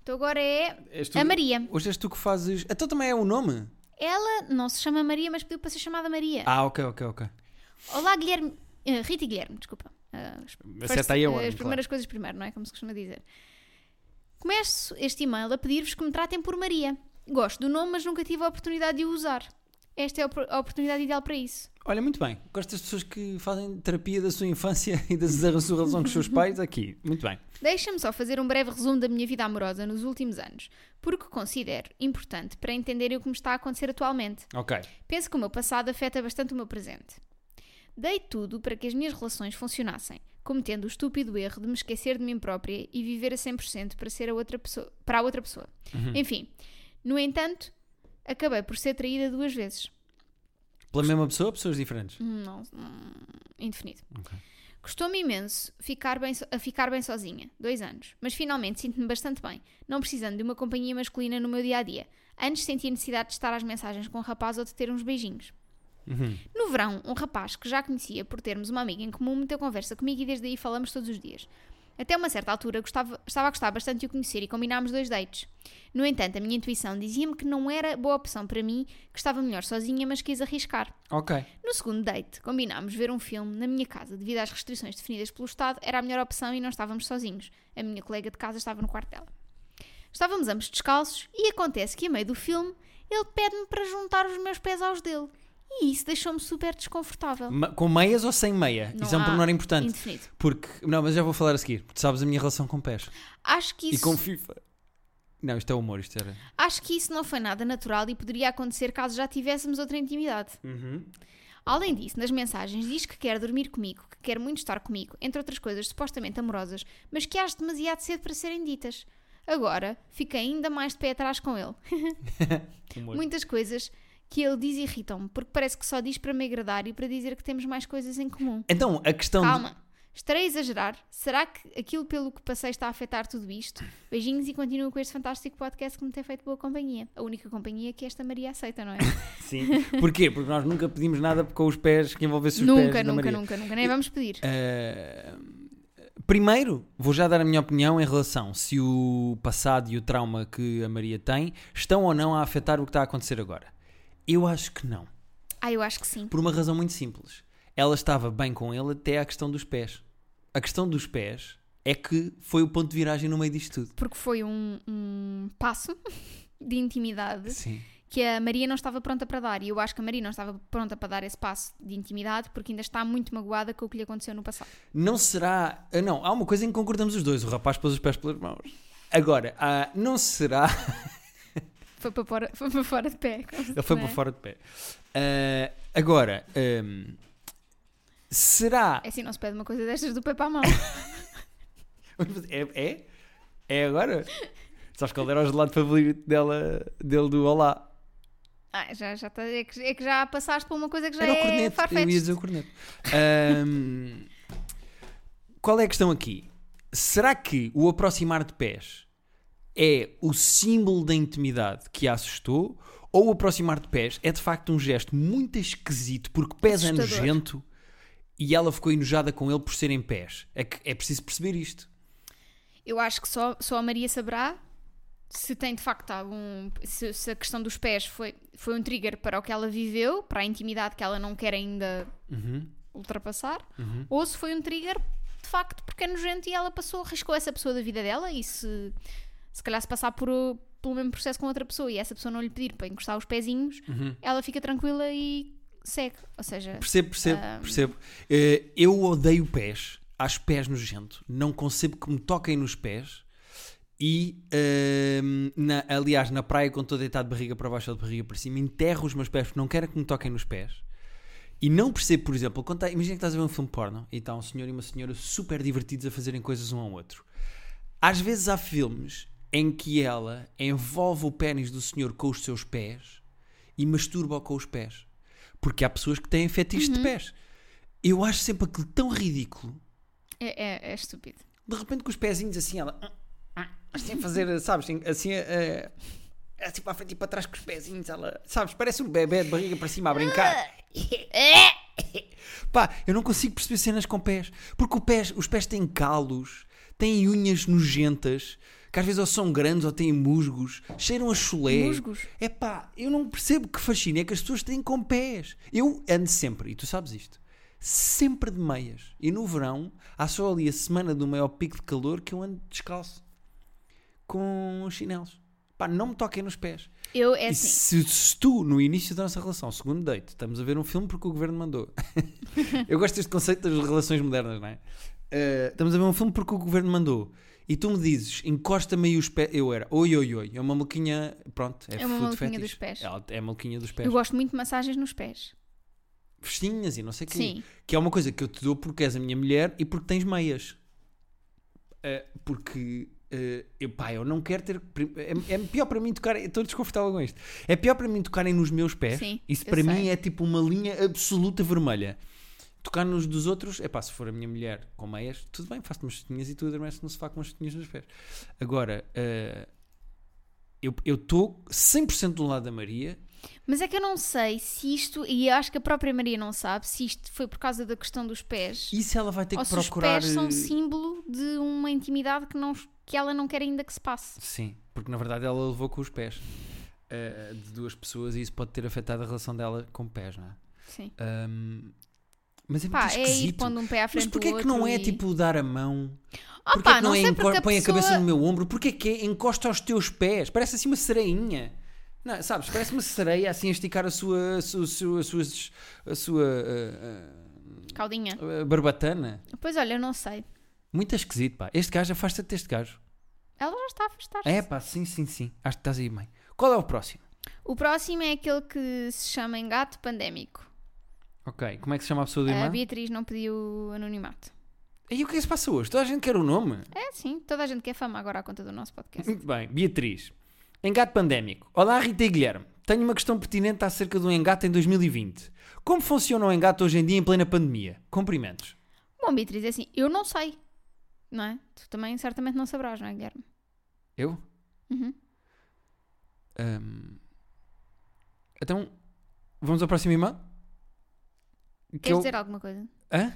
Speaker 1: Então agora é
Speaker 2: És tu-
Speaker 1: a Maria.
Speaker 2: Hoje és tu que fazes. Então também é o nome?
Speaker 1: Ela não se chama Maria, mas pediu para ser chamada Maria.
Speaker 2: Ah, ok, ok, ok.
Speaker 1: Olá, Guilherme. eh, Rita e Guilherme, desculpa. Ah, as-
Speaker 2: Acerta aí a
Speaker 1: eh,
Speaker 2: hora.
Speaker 1: As primeiras coisas primeiro, não é? Como se costuma dizer. Começo este e-mail a pedir-vos que me tratem por Maria. Gosto do nome, mas nunca tive a oportunidade de o usar. Esta é a opor- a oportunidade ideal para isso.
Speaker 2: Olha, muito bem. Gosto das pessoas que fazem terapia da sua infância e da sua relação com os seus pais aqui. Muito bem.
Speaker 1: Deixa-me só fazer um breve resumo da minha vida amorosa nos últimos anos, porque considero importante para entenderem o que me está a acontecer atualmente.
Speaker 2: Ok.
Speaker 1: Penso que o meu passado afeta bastante o meu presente. Dei tudo para que as minhas relações funcionassem, cometendo o estúpido erro de me esquecer de mim própria e viver a 100% para ser a outra pessoa, para a outra pessoa. Enfim, no entanto, acabei por ser traída duas vezes.
Speaker 2: Pela mesma pessoa, pessoas diferentes.
Speaker 1: Hum, Não, hum, indefinido.
Speaker 2: Ok.
Speaker 1: Custou-me imenso ficar bem so- a ficar bem sozinha, dois anos, mas finalmente sinto-me bastante bem, não precisando de uma companhia masculina no meu dia a dia. Antes sentia necessidade de estar às mensagens com o rapaz ou de ter uns beijinhos.
Speaker 2: Uhum.
Speaker 1: No verão, um rapaz que já conhecia por termos uma amiga em comum meteu conversa comigo e desde aí falamos todos os dias. Até uma certa altura gostava, estava a gostar bastante de o conhecer e combinámos dois dates. No entanto, a minha intuição dizia-me que não era boa opção para mim, que estava melhor sozinha, mas quis arriscar.
Speaker 2: Ok.
Speaker 1: No segundo date, combinámos ver um filme na minha casa. Devido às restrições definidas pelo Estado, era a melhor opção e não estávamos sozinhos. A minha colega de casa estava no quarto dela. Estávamos ambos descalços e acontece que, a meio do filme, ele pede-me para juntar os meus pés aos dele. E isso deixou-me super desconfortável.
Speaker 2: Ma- com meias ou sem meia?
Speaker 1: Não
Speaker 2: isso é um
Speaker 1: há
Speaker 2: pormenor importante.
Speaker 1: Indefinido.
Speaker 2: Porque. Não, mas já vou falar a seguir. Porque tu sabes a minha relação com pés.
Speaker 1: Acho que,
Speaker 2: E
Speaker 1: isso,
Speaker 2: com FIFA. Não, isto é humor, isto era.
Speaker 1: acho que isso não foi nada natural e poderia acontecer caso já tivéssemos outra intimidade.
Speaker 2: Uhum,
Speaker 1: Além disso, nas mensagens diz que quer dormir comigo, que quer muito estar comigo, entre outras coisas supostamente amorosas, mas que acho demasiado cedo para serem ditas. Agora, fiquei ainda mais de pé atrás com ele.
Speaker 2: Humor.
Speaker 1: Muitas coisas que ele diz irritam-me, porque parece que só diz para me agradar e para dizer que temos mais coisas em comum.
Speaker 2: Então, a questão. de-
Speaker 1: Calma, estarei a exagerar? Será que aquilo pelo que passei está a afetar tudo isto? Beijinhos e continuo com este fantástico podcast que me tem feito boa companhia. A única companhia que esta Maria aceita, não é?
Speaker 2: Sim. Porquê? Porque nós nunca pedimos nada com os pés que envolvesse os pés.
Speaker 1: nunca,
Speaker 2: da É.
Speaker 1: nunca,
Speaker 2: Maria.
Speaker 1: nunca, nunca. Nem vamos pedir.
Speaker 2: Eh, Primeiro, vou já dar a minha opinião em relação se o passado e o trauma que a Maria tem estão ou não a afetar o que está a acontecer agora. Eu acho que não.
Speaker 1: Ah, eu acho que sim.
Speaker 2: Por uma razão muito simples. Ela estava bem com ele até à questão dos pés. A questão dos pés é que foi o ponto de viragem no meio disto tudo.
Speaker 1: Porque foi um, um passo de intimidade
Speaker 2: Sim.
Speaker 1: que a Maria não estava pronta para dar. E eu acho que a Maria não estava pronta para dar esse passo de intimidade porque ainda está muito magoada com o que lhe aconteceu no passado.
Speaker 2: Não será. ah, Não, há uma coisa em que concordamos os dois. O rapaz pôs os pés pelas mãos. Agora, ah, não será.
Speaker 1: Foi para fora, foi para fora de pé. como se
Speaker 2: Ele foi
Speaker 1: não é?
Speaker 2: para fora de pé. Ah, agora, hum, será.
Speaker 1: É assim, não se pede uma coisa destas do pé para a mão.
Speaker 2: É? É, é agora? Sabes qual era o gelado favorito dela, dele do Olá?
Speaker 1: Ah, já, já tá- é, que, é que já passaste por uma coisa que já
Speaker 2: Era o
Speaker 1: é
Speaker 2: corneto. Eu ia
Speaker 1: farfetch.
Speaker 2: dizer o corneto. Ahm, qual é a questão aqui? Será que o aproximar de pés é o símbolo da intimidade que a assustou? Ou o aproximar de pés é de facto um gesto muito esquisito porque pés é
Speaker 1: Assustador.
Speaker 2: nojento e ela ficou enojada com ele por serem pés? É que é preciso perceber isto.
Speaker 1: Eu acho que só, só a Maria saberá se tem de facto algum. Se, se a questão dos pés foi, foi um trigger para o que ela viveu, para a intimidade que ela não quer ainda
Speaker 2: Uhum.
Speaker 1: ultrapassar, ou se foi um trigger de facto porque é nojento e ela passou, arriscou essa pessoa da vida dela e se, se calhar se passar por, o- pelo mesmo processo com outra pessoa e essa pessoa não lhe pedir para encostar os pezinhos,
Speaker 2: Uhum.
Speaker 1: ela fica tranquila e segue. Ou seja,
Speaker 2: Percebo, percebo,
Speaker 1: Ahm.
Speaker 2: percebo. Eh, eu odeio pés, acho pés nojento, não concebo que me toquem nos pés. E, ahm, na- aliás, na praia, quando estou deitado de barriga para baixo ou de barriga para cima, enterro os meus pés porque não quero que me toquem nos pés. E não percebo, por exemplo, quando tá- imagina que estás a ver um filme porno e está um senhor e uma senhora super divertidos a fazerem coisas um ao outro. Às vezes há filmes em que ela envolve o pênis do senhor com os seus pés e masturba-o com os pés. Porque há pessoas que têm fetiches de pés. Eu acho sempre aquilo tão ridículo.
Speaker 1: é, é- é estúpido.
Speaker 2: De repente com os pezinhos assim, ela... "Ah, ah", Assim a fazer, sabes, assim, assim, eh, assim para a frente e para trás com os pezinhos, ela, sabes, parece um bebê de barriga para cima a brincar. Pá, eu não consigo perceber cenas com pés. Porque o pés, os pés têm calos, têm unhas nojentas, que às vezes ou são grandes ou têm musgos, cheiram a chulé.
Speaker 1: Musgos?
Speaker 2: É pá, eu não percebo que fascínio é que as pessoas têm com pés. Eu ando sempre, e tu sabes isto, sempre de meias. E no verão, há só ali a semana do maior pico de calor que eu ando descalço. Com os chinelos. Pá, não me toquem nos pés.
Speaker 1: Eu, é
Speaker 2: E
Speaker 1: assim.
Speaker 2: se, se tu, no início da nossa relação, segundo date, estamos a ver um filme porque o governo mandou. Eu gosto deste conceito das relações modernas, não é? Eh, estamos a ver um filme porque o governo mandou. E tu me dizes, encosta-me aí os pés. Eu era, oi, oi, oi. É uma maluquinha. Pronto, é,
Speaker 1: É uma
Speaker 2: food
Speaker 1: maluquinha
Speaker 2: fetish.
Speaker 1: dos pés.
Speaker 2: Ela É, a maluquinha dos pés.
Speaker 1: Eu gosto muito de massagens nos pés.
Speaker 2: Festinhas e não sei o quê.
Speaker 1: Sim.
Speaker 2: Que é uma coisa que eu te dou porque és a minha mulher e porque tens meias. Eh, porque. eh, eu, pá, eu não quero ter. prim- É, é pior para mim tocar. eu Estou desconfortável com isto. É pior para mim tocarem nos meus pés.
Speaker 1: Sim,
Speaker 2: Isso
Speaker 1: eu
Speaker 2: para mim
Speaker 1: sei.
Speaker 2: é tipo uma linha absoluta vermelha. Tocar nos dos outros, é pá, se for a minha mulher com meias, tudo bem, faço-te umas chutinhas e tu adormeces no sofá com umas chutinhas nos pés. Agora, eh, eu eu estou 100% do lado da Maria
Speaker 1: Mas é que eu não sei se isto, e acho que a própria Maria não sabe, se isto foi por causa da questão dos pés.
Speaker 2: e se ela vai ter
Speaker 1: ou
Speaker 2: que
Speaker 1: se
Speaker 2: procurar.
Speaker 1: os pés são
Speaker 2: eh,
Speaker 1: símbolo de uma intimidade que, não, que ela não quer ainda que se passe.
Speaker 2: Sim, porque na verdade ela levou com os pés eh, de duas pessoas e isso pode ter afetado a relação dela com pés, não é?
Speaker 1: Sim.
Speaker 2: Ahm, mas é muito
Speaker 1: Pá, é ir
Speaker 2: esquisito.
Speaker 1: pondo um pé à frente
Speaker 2: mas porquê
Speaker 1: do
Speaker 2: é que
Speaker 1: outro
Speaker 2: não é
Speaker 1: e-
Speaker 2: tipo dar a mão?
Speaker 1: Oh,
Speaker 2: Porquê é
Speaker 1: pá,
Speaker 2: que
Speaker 1: não,
Speaker 2: não, é
Speaker 1: sei porque
Speaker 2: enco-
Speaker 1: a
Speaker 2: põe
Speaker 1: pessoa...
Speaker 2: a cabeça no meu ombro? Porquê é que é encosta aos teus pés? Parece assim uma sereinha. Não, sabes, parece uma sereia assim a esticar a sua, a sua, a sua, a sua, a sua, ah,
Speaker 1: Caudinha.
Speaker 2: ah, ah, barbatana.
Speaker 1: Pois olha, eu não sei.
Speaker 2: Muito esquisito, pá. Este gajo, afasta-te deste gajo.
Speaker 1: Ela já está a afastar-se.
Speaker 2: É, pá, sim, sim, sim. Acho que estás aí bem. Qual é o próximo?
Speaker 1: O próximo é aquele que se chama Engato Pandémico.
Speaker 2: Ok, como é que se chama a pessoa do
Speaker 1: A
Speaker 2: irmão?
Speaker 1: Beatriz não pediu anonimato.
Speaker 2: E o que é que se passa hoje? Toda a gente quer o nome.
Speaker 1: É, sim. Toda a gente quer fama agora à conta do nosso podcast.
Speaker 2: Muito bem, Beatriz. Engate pandémico. Olá, Rita e Guilherme. Tenho uma questão pertinente acerca do engate em 2020. Como funciona o engate hoje em dia em plena pandemia? Cumprimentos.
Speaker 1: Bom, Beatriz, é assim, eu não sei, não é? Tu também certamente não sabrás, não é, Guilherme?
Speaker 2: Eu?
Speaker 1: Uhum.
Speaker 2: Ahm, Então, vamos ao próximo e-mail? Que
Speaker 1: Queres
Speaker 2: eu-
Speaker 1: dizer alguma coisa?
Speaker 2: Hã?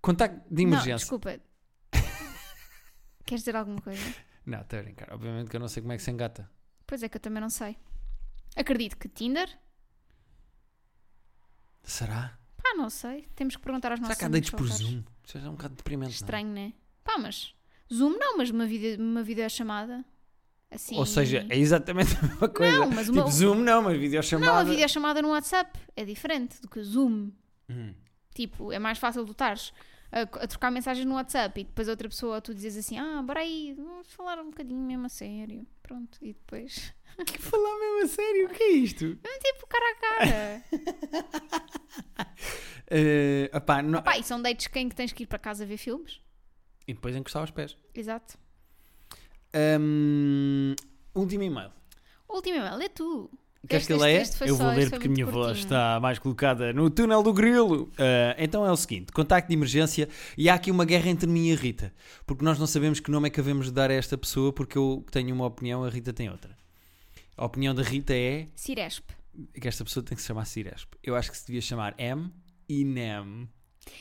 Speaker 2: Contacto de
Speaker 1: Não,
Speaker 2: emergência.
Speaker 1: desculpa. Queres dizer alguma coisa?
Speaker 2: Não, estou a brincar. Obviamente que eu não sei como é que se engata.
Speaker 1: Pois é que eu também não sei. Acredito que Tinder?
Speaker 2: Será?
Speaker 1: Pá, não sei. Temos que perguntar aos
Speaker 2: Será
Speaker 1: nossos
Speaker 2: que há
Speaker 1: amigos
Speaker 2: dates por
Speaker 1: solteiros.
Speaker 2: Zoom? Isso já é um bocado deprimente. não é?
Speaker 1: Estranho, né? Pá, mas Zoom não, mas uma vida, uma vida chamada assim.
Speaker 2: Ou seja, é exatamente a mesma coisa.
Speaker 1: Não, mas uma-
Speaker 2: Tipo Zoom não, mas
Speaker 1: não, a
Speaker 2: videochamada.
Speaker 1: vida chamada no WhatsApp é diferente do que o Zoom.
Speaker 2: Hum.
Speaker 1: Tipo, é mais fácil tu estares a, a trocar mensagens no WhatsApp e depois a outra pessoa tu dizes assim: "Ah, bora aí, vamos falar um bocadinho mesmo a sério". Pronto, e depois
Speaker 2: Que falar mesmo a sério, o que é isto?
Speaker 1: tipo cara a cara.
Speaker 2: Eh, opá, não-
Speaker 1: Pá, e são dates quem que tens que ir para casa ver filmes?
Speaker 2: E depois encostar os pés.
Speaker 1: Exato.
Speaker 2: Hum, último e-mail.
Speaker 1: Último e-mail, é tu.
Speaker 2: Queres
Speaker 1: Este-
Speaker 2: que ele
Speaker 1: este-
Speaker 2: leia?
Speaker 1: este foi
Speaker 2: Eu
Speaker 1: só,
Speaker 2: vou
Speaker 1: este
Speaker 2: ler
Speaker 1: foi
Speaker 2: porque a
Speaker 1: muito
Speaker 2: minha voz
Speaker 1: curtinho.
Speaker 2: está mais colocada no túnel do grilo. Ah, então é o seguinte: contacto de emergência. E há aqui uma guerra entre mim e a Rita. Porque nós não sabemos que nome é que havemos de dar a esta pessoa. Porque eu tenho uma opinião, a Rita tem outra. A opinião da Rita é
Speaker 1: Ciresp.
Speaker 2: que esta pessoa tem que se chamar Ciresp. Eu acho que se devia chamar M e NEM.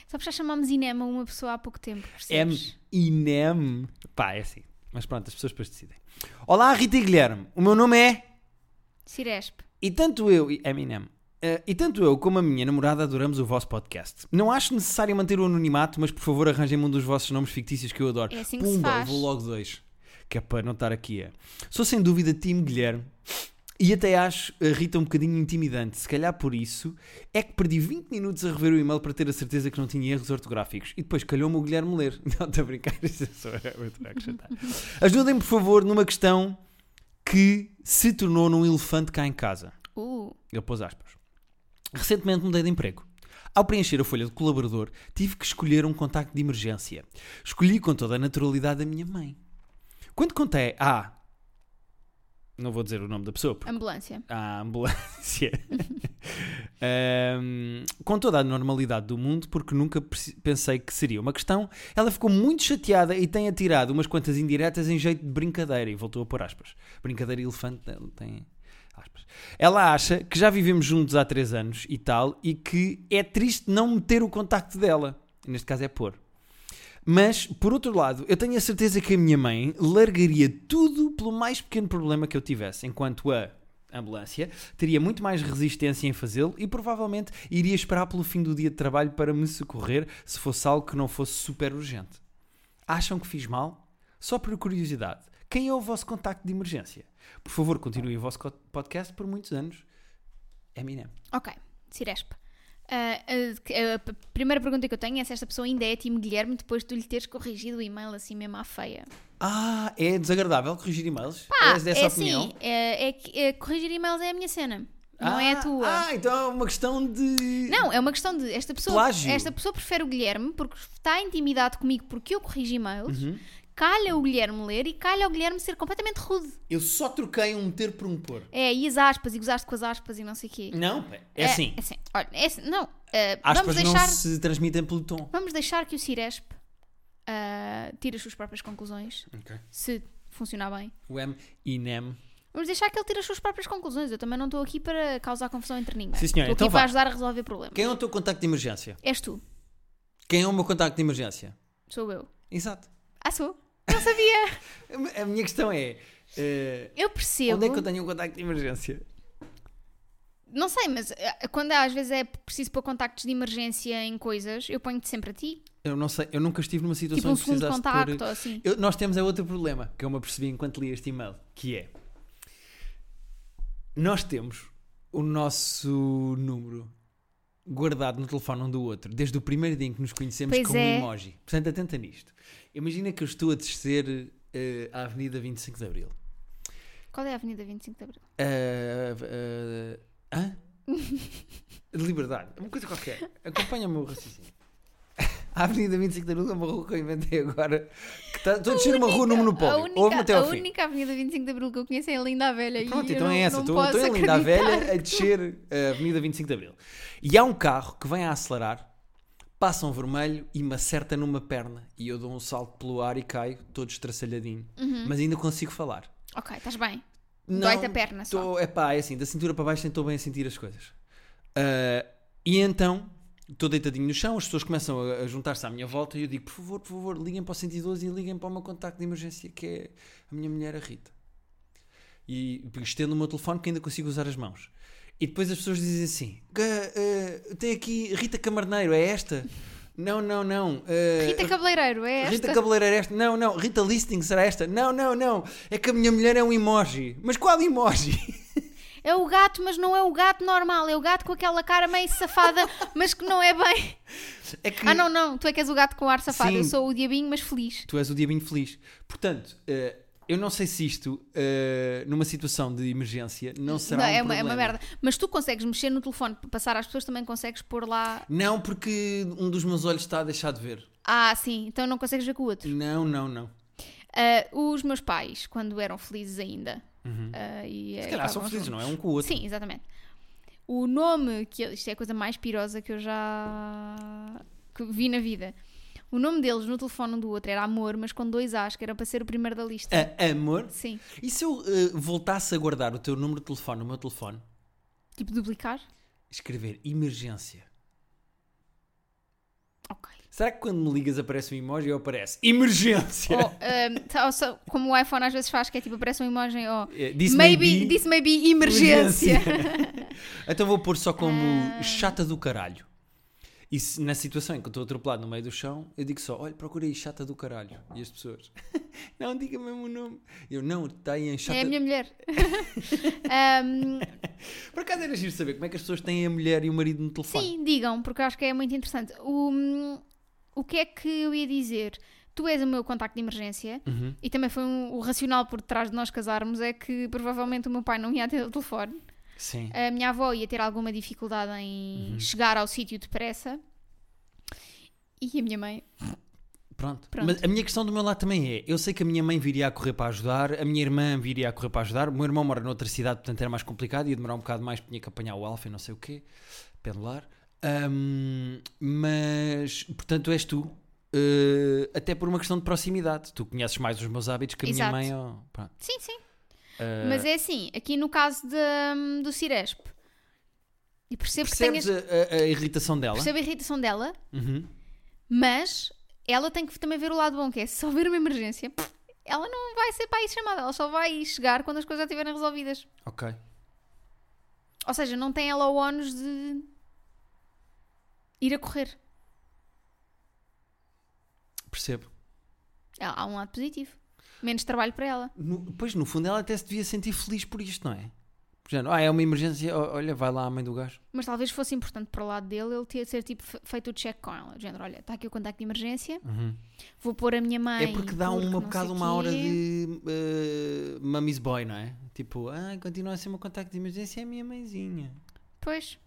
Speaker 1: Só que já chamámos Inema uma pessoa há pouco tempo.
Speaker 2: M
Speaker 1: percebes?
Speaker 2: e NEM. Pá, é assim. Mas pronto, as pessoas depois decidem. Olá, Rita e Guilherme. O meu nome é.
Speaker 1: Ciresp.
Speaker 2: E tanto eu e Eminem. eh, e tanto eu como a minha namorada adoramos o vosso podcast. Não acho necessário manter o anonimato, mas por favor arranjem-me um dos vossos nomes fictícios que eu adoro.
Speaker 1: É assim que
Speaker 2: Pumba,
Speaker 1: se faz.
Speaker 2: vou logo dois. Que é para não estar aqui. É. Sou sem dúvida time Guilherme. E até acho a Rita um bocadinho intimidante. Se calhar por isso é que perdi 20 minutos a rever o e-mail para ter a certeza que não tinha erros ortográficos. E depois calhou-me o Guilherme ler. Não, estou a brincar. Isso é só eu estou a acrescentar. Ajudem-me, por favor, numa questão que se tornou num elefante cá em casa.
Speaker 1: Uh,
Speaker 2: Ele pôs aspas. Recentemente mudei de emprego. Ao preencher a folha de colaborador, tive que escolher um contacto de emergência. Escolhi com toda a naturalidade a minha mãe. Quando contei à. Não vou dizer o nome da pessoa, porque
Speaker 1: ambulância.
Speaker 2: à ambulância. Ahm, com toda a normalidade do mundo, porque nunca perce- pensei que seria uma questão, ela ficou muito chateada e tem atirado umas quantas indiretas em jeito de brincadeira. E voltou a pôr aspas. Brincadeira elefante ela tem. Aspas. Ela acha que já vivemos juntos há 3 anos e tal, e que é triste não meter o contacto dela. Neste caso é pôr. Mas, por outro lado, eu tenho a certeza que a minha mãe largaria tudo pelo mais pequeno problema que eu tivesse, enquanto a ambulância teria muito mais resistência em fazê-lo e provavelmente iria esperar pelo fim do dia de trabalho para me socorrer se fosse algo que não fosse super urgente. Acham que fiz mal? Só por curiosidade, quem é o vosso contacto de emergência? Por favor, continuem o vosso co- podcast por muitos anos. Eminem.
Speaker 1: Ok, Ciresp. Ah, ah, que- ah, a primeira pergunta que eu tenho é se esta pessoa ainda é time Guilherme depois de tu lhe teres corrigido o e-mail assim mesmo à feia.
Speaker 2: Ah, é desagradável corrigir e-mails? És dessa
Speaker 1: é
Speaker 2: opinião?
Speaker 1: assim, é, é que é, corrigir e-mails é a minha cena, não é a
Speaker 2: Ah,
Speaker 1: tua.
Speaker 2: Ah, então é uma questão de.
Speaker 1: Não, é uma questão de esta pessoa,
Speaker 2: Plágio.
Speaker 1: esta pessoa prefere o Guilherme porque está intimidado comigo porque eu corrijo e-mails.
Speaker 2: Uhum.
Speaker 1: Calha o Guilherme ler e calha o Guilherme ser completamente rude.
Speaker 2: Eu só troquei um meter por um pôr.
Speaker 1: É, e as aspas, e gozaste com as aspas e não sei o quê.
Speaker 2: Não, é, assim.
Speaker 1: É assim. Olha, é assim. Não, ah,
Speaker 2: Aspas
Speaker 1: vamos deixar.
Speaker 2: não se transmitem pelo tom.
Speaker 1: Vamos deixar que o Ciresp ah, tire as suas próprias conclusões, se funcionar bem.
Speaker 2: O M e NEM.
Speaker 1: Vamos deixar que ele tire as suas próprias conclusões. Eu também não estou aqui para causar confusão entre ninguém.
Speaker 2: Sim, senhora.
Speaker 1: Estou
Speaker 2: Então
Speaker 1: aqui para
Speaker 2: vá.
Speaker 1: ajudar a resolver problemas.
Speaker 2: Quem é o teu contacto de emergência?
Speaker 1: És tu,
Speaker 2: Quem é o meu contacto de emergência?
Speaker 1: sou eu.
Speaker 2: Exato.
Speaker 1: Ah, sou. Não sabia.
Speaker 2: A minha questão é. eh,
Speaker 1: Eu percebo.
Speaker 2: onde é que eu tenho um contacto de emergência?
Speaker 1: Não sei, mas ah, quando às vezes é preciso pôr contactos de emergência em coisas, eu ponho-te sempre a ti.
Speaker 2: Eu não sei, eu nunca estive numa situação
Speaker 1: Tipo um
Speaker 2: em que
Speaker 1: segundo
Speaker 2: precisasse de
Speaker 1: contacto
Speaker 2: pôr-
Speaker 1: ou assim.
Speaker 2: Eu- nós temos é outro problema que eu me apercebi enquanto li este e-mail, que é nós temos o nosso número guardado no telefone um do outro desde o primeiro dia em que nos conhecemos
Speaker 1: Pois
Speaker 2: com
Speaker 1: é.
Speaker 2: um emoji. Portanto, atenta nisto. Imagina que eu estou a descer eh, à Avenida 25 de Abril.
Speaker 1: Qual é a Avenida 25 de Abril?
Speaker 2: Eh, eh, hã? De Liberdade. Uma coisa qualquer. Acompanha-me o meu raciocínio. A Avenida 25 de Abril é uma rua que eu inventei agora. que tá- Estou a descer uma rua no
Speaker 1: A
Speaker 2: monopólio. Ouve-me
Speaker 1: única,
Speaker 2: até
Speaker 1: a
Speaker 2: ao fim.
Speaker 1: única Avenida 25 de Abril que eu conheço é a Linda a Velha. e
Speaker 2: Pronto,
Speaker 1: eu
Speaker 2: então
Speaker 1: não-
Speaker 2: é essa.
Speaker 1: não
Speaker 2: Estou estou
Speaker 1: posso
Speaker 2: em Linda a
Speaker 1: acreditar.
Speaker 2: Velha a descer eh, a Avenida 25 de Abril. E há um carro que vem a acelerar, passa um vermelho e me acerta numa perna. E eu dou um salto pelo ar e caio, todo estraçalhadinho.
Speaker 1: Uhum.
Speaker 2: Mas ainda consigo falar.
Speaker 1: Ok, estás bem.
Speaker 2: Não
Speaker 1: Dói-te a perna só.
Speaker 2: tô- Epá, é assim, da cintura para baixo nem estou bem a sentir as coisas. Ah, e então Estou deitadinho no chão, as pessoas começam a a juntar-se à minha volta e eu digo: por favor, por favor, liguem para o 112 e liguem para o meu contacto de emergência, que é a minha mulher, a Rita. E estendo o meu telefone que ainda consigo usar as mãos. E depois as pessoas dizem assim: "Ah, ah, tem aqui Rita Camarneiro, é esta? Não, não, não. ah,
Speaker 1: Rita Cabeleireiro, é esta?
Speaker 2: Rita Cabeleira era esta? Não, não. Rita Listing será esta? Não, não, não. É que a minha mulher é um emoji. Mas qual emoji?
Speaker 1: É o gato, mas não é o gato normal. É o gato com aquela cara meio safada, mas que não é bem.
Speaker 2: É que
Speaker 1: Ah, não, não. Tu é que és o gato com ar safado. Eu
Speaker 2: Sim.
Speaker 1: sou o diabinho, mas feliz.
Speaker 2: tu és o diabinho feliz. Portanto, eh, eu não sei se isto, eh, numa situação de emergência, não será
Speaker 1: Não,
Speaker 2: um
Speaker 1: é, uma,
Speaker 2: problema.
Speaker 1: é uma merda. Mas tu consegues mexer no telefone, passar às pessoas, também consegues pôr lá.
Speaker 2: Não, porque um dos meus olhos está a deixar de ver.
Speaker 1: Ah, sim, então não consegues ver com o outro.
Speaker 2: Não, não, não.
Speaker 1: Ah, os meus pais, quando eram felizes ainda. ah, e,
Speaker 2: Uhum. Se calhar são felizes, não é? Um com o outro.
Speaker 1: Sim, exatamente. O nome que eles. Isto é a coisa mais pirosa que eu já que vi na vida. O nome deles no telefone um do outro era amor, mas com dois A's, que era para ser o primeiro da lista.
Speaker 2: Ah, amor.
Speaker 1: Sim.
Speaker 2: E se eu eh, voltasse a guardar o teu número de telefone no meu telefone,
Speaker 1: Tipo duplicar?
Speaker 2: escrever emergência?
Speaker 1: Ok.
Speaker 2: Será que quando me ligas aparece um emoji ou aparece emergência?
Speaker 1: Ou, ahm, tá- ou só- como o iPhone às vezes faz, que é tipo, aparece uma imagem, ó.
Speaker 2: Eh, This
Speaker 1: maybe,
Speaker 2: may be
Speaker 1: this may be emergência. Ah.
Speaker 2: então vou pôr só como chata do caralho. E se- na situação em que eu estou atropelado no meio do chão, eu digo só: olha, procura aí chata do caralho. E as pessoas: não, diga mesmo o nome. Eu não, está aí em chata.
Speaker 1: É a minha mulher. Ahm,
Speaker 2: Por acaso era giro saber como é que as pessoas têm a mulher e o marido no telefone.
Speaker 1: sim, digam, porque eu acho que é muito interessante. O, o que é que eu ia dizer? Tu és o meu contacto de emergência
Speaker 2: Uhum.
Speaker 1: e também foi um- o racional por trás de nós casarmos é que provavelmente o meu pai não ia ter o telefone.
Speaker 2: Sim.
Speaker 1: A minha avó ia ter alguma dificuldade em
Speaker 2: Uhum.
Speaker 1: chegar ao sítio depressa. E a minha mãe.
Speaker 2: Pronto.
Speaker 1: Pronto.
Speaker 2: Mas a minha questão do meu lado também é: eu sei que a minha mãe viria a correr para ajudar, a minha irmã viria a correr para ajudar, o meu irmão mora noutra cidade, portanto era mais complicado, ia demorar um bocado mais, tinha que apanhar o Alfa e não sei o quê, pendular. Ahm, mas, portanto, és tu. Eh, até por uma questão de proximidade. Tu conheces mais os meus hábitos que a
Speaker 1: Exato.
Speaker 2: minha mãe. oh, pronto.
Speaker 1: Sim, sim.
Speaker 2: Eh,
Speaker 1: Mas é assim, aqui no caso de- do Ciresp, e percebo que
Speaker 2: percebes
Speaker 1: tenhas,
Speaker 2: a, a- a irritação dela?
Speaker 1: percebo a irritação dela,
Speaker 2: Uhum.
Speaker 1: mas ela tem que também ver o lado bom, que é se houver uma emergência, pff, ela não vai ser para aí chamada, ela só vai chegar quando as coisas já estiverem resolvidas.
Speaker 2: Ok.
Speaker 1: Ou seja, não tem ela o ónus de ir a correr.
Speaker 2: Percebo.
Speaker 1: Há há um lado positivo. Menos trabalho para ela.
Speaker 2: No- pois, no fundo, ela até se devia sentir feliz por isto, não é? Por exemplo, ah, é uma emergência, o- olha, vai lá a mãe do gajo.
Speaker 1: Mas talvez fosse importante para o lado dele ele ter ser tipo fe- feito o check com ela. do Género, olha, está aqui o contacto de emergência,
Speaker 2: Uhum.
Speaker 1: vou pôr a minha mãe.
Speaker 2: É porque dá
Speaker 1: porque
Speaker 2: uma
Speaker 1: não
Speaker 2: bocado
Speaker 1: sei
Speaker 2: uma hora
Speaker 1: quê.
Speaker 2: de eh, mummy's boy, não é? Tipo, ah, continua a ser o meu contacto de emergência, é a minha mãezinha.
Speaker 1: Pois.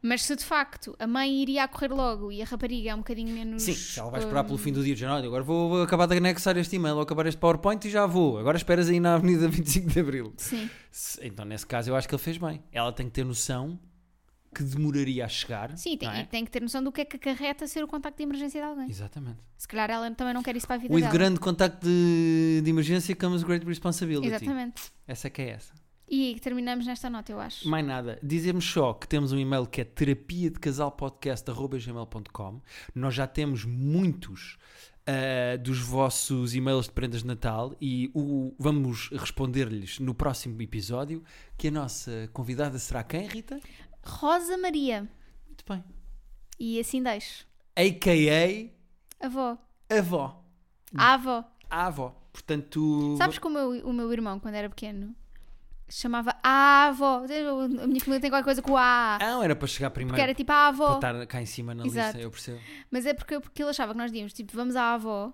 Speaker 1: Mas se de facto a mãe iria a correr logo e a rapariga é um bocadinho menos.
Speaker 2: Sim, se ela vai
Speaker 1: hum,
Speaker 2: esperar pelo fim do dia, já, olha, agora vou acabar de anexar este e-mail, ou acabar este PowerPoint e já vou. Agora esperas aí na Avenida 25 de Abril.
Speaker 1: Sim,
Speaker 2: Se- Então, nesse caso, eu acho que ele fez bem. Ela tem que ter noção que demoraria a chegar.
Speaker 1: sim tem,
Speaker 2: não é?
Speaker 1: e tem que ter noção do que é que acarreta ser o contacto de emergência de alguém.
Speaker 2: Exatamente.
Speaker 1: Se calhar ela também não quer isso para a vida
Speaker 2: With
Speaker 1: dela.
Speaker 2: grande contacto de, de emergência comes great responsibility.
Speaker 1: Exatamente.
Speaker 2: Essa é que é essa.
Speaker 1: E terminamos nesta nota, eu acho.
Speaker 2: Mais nada. Dizemos só que temos um e-mail que é terapia de casal Nós já temos muitos ah, dos vossos e-mails de prendas de Natal e o- vamos responder-lhes no próximo episódio. Que a nossa convidada será quem, Rita?
Speaker 1: Rosa Maria.
Speaker 2: Muito bem.
Speaker 1: E assim deixo.
Speaker 2: A.K.A.
Speaker 1: Avó.
Speaker 2: avó.
Speaker 1: A avó.
Speaker 2: A avó. Portanto.
Speaker 1: Sabes que o meu, o meu irmão, quando era pequeno, chamava a avó. A minha família tem qualquer coisa com a.
Speaker 2: Ah, era para chegar primeiro.
Speaker 1: Porque era tipo a
Speaker 2: Para
Speaker 1: avó.
Speaker 2: estar cá em cima na
Speaker 1: Exato.
Speaker 2: lista, eu percebo.
Speaker 1: Mas é porque, porque ele achava que nós dizíamos tipo, vamos à avó.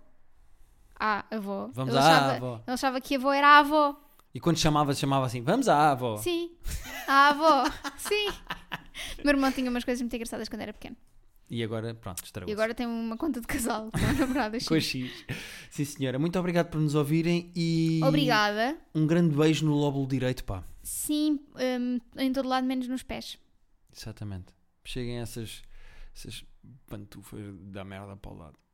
Speaker 1: À avó.
Speaker 2: Vamos
Speaker 1: ele
Speaker 2: à
Speaker 1: achava,
Speaker 2: avó.
Speaker 1: Ele achava que a avó era a avó.
Speaker 2: E quando chamava, chamava assim: vamos à avó.
Speaker 1: Sim. A avó. Sim. O Meu irmão tinha umas coisas muito engraçadas quando era pequeno.
Speaker 2: E agora, pronto, estragou.
Speaker 1: E agora tem uma conta de casal com a namorada.
Speaker 2: Com a
Speaker 1: Chico.
Speaker 2: X. Sim, senhora. Muito obrigado por nos ouvirem e.
Speaker 1: Obrigada.
Speaker 2: Um grande beijo no lóbulo direito, pá.
Speaker 1: Sim, hum, em todo lado, menos nos pés.
Speaker 2: Exatamente. Cheguem essas, essas pantufas da merda para o lado.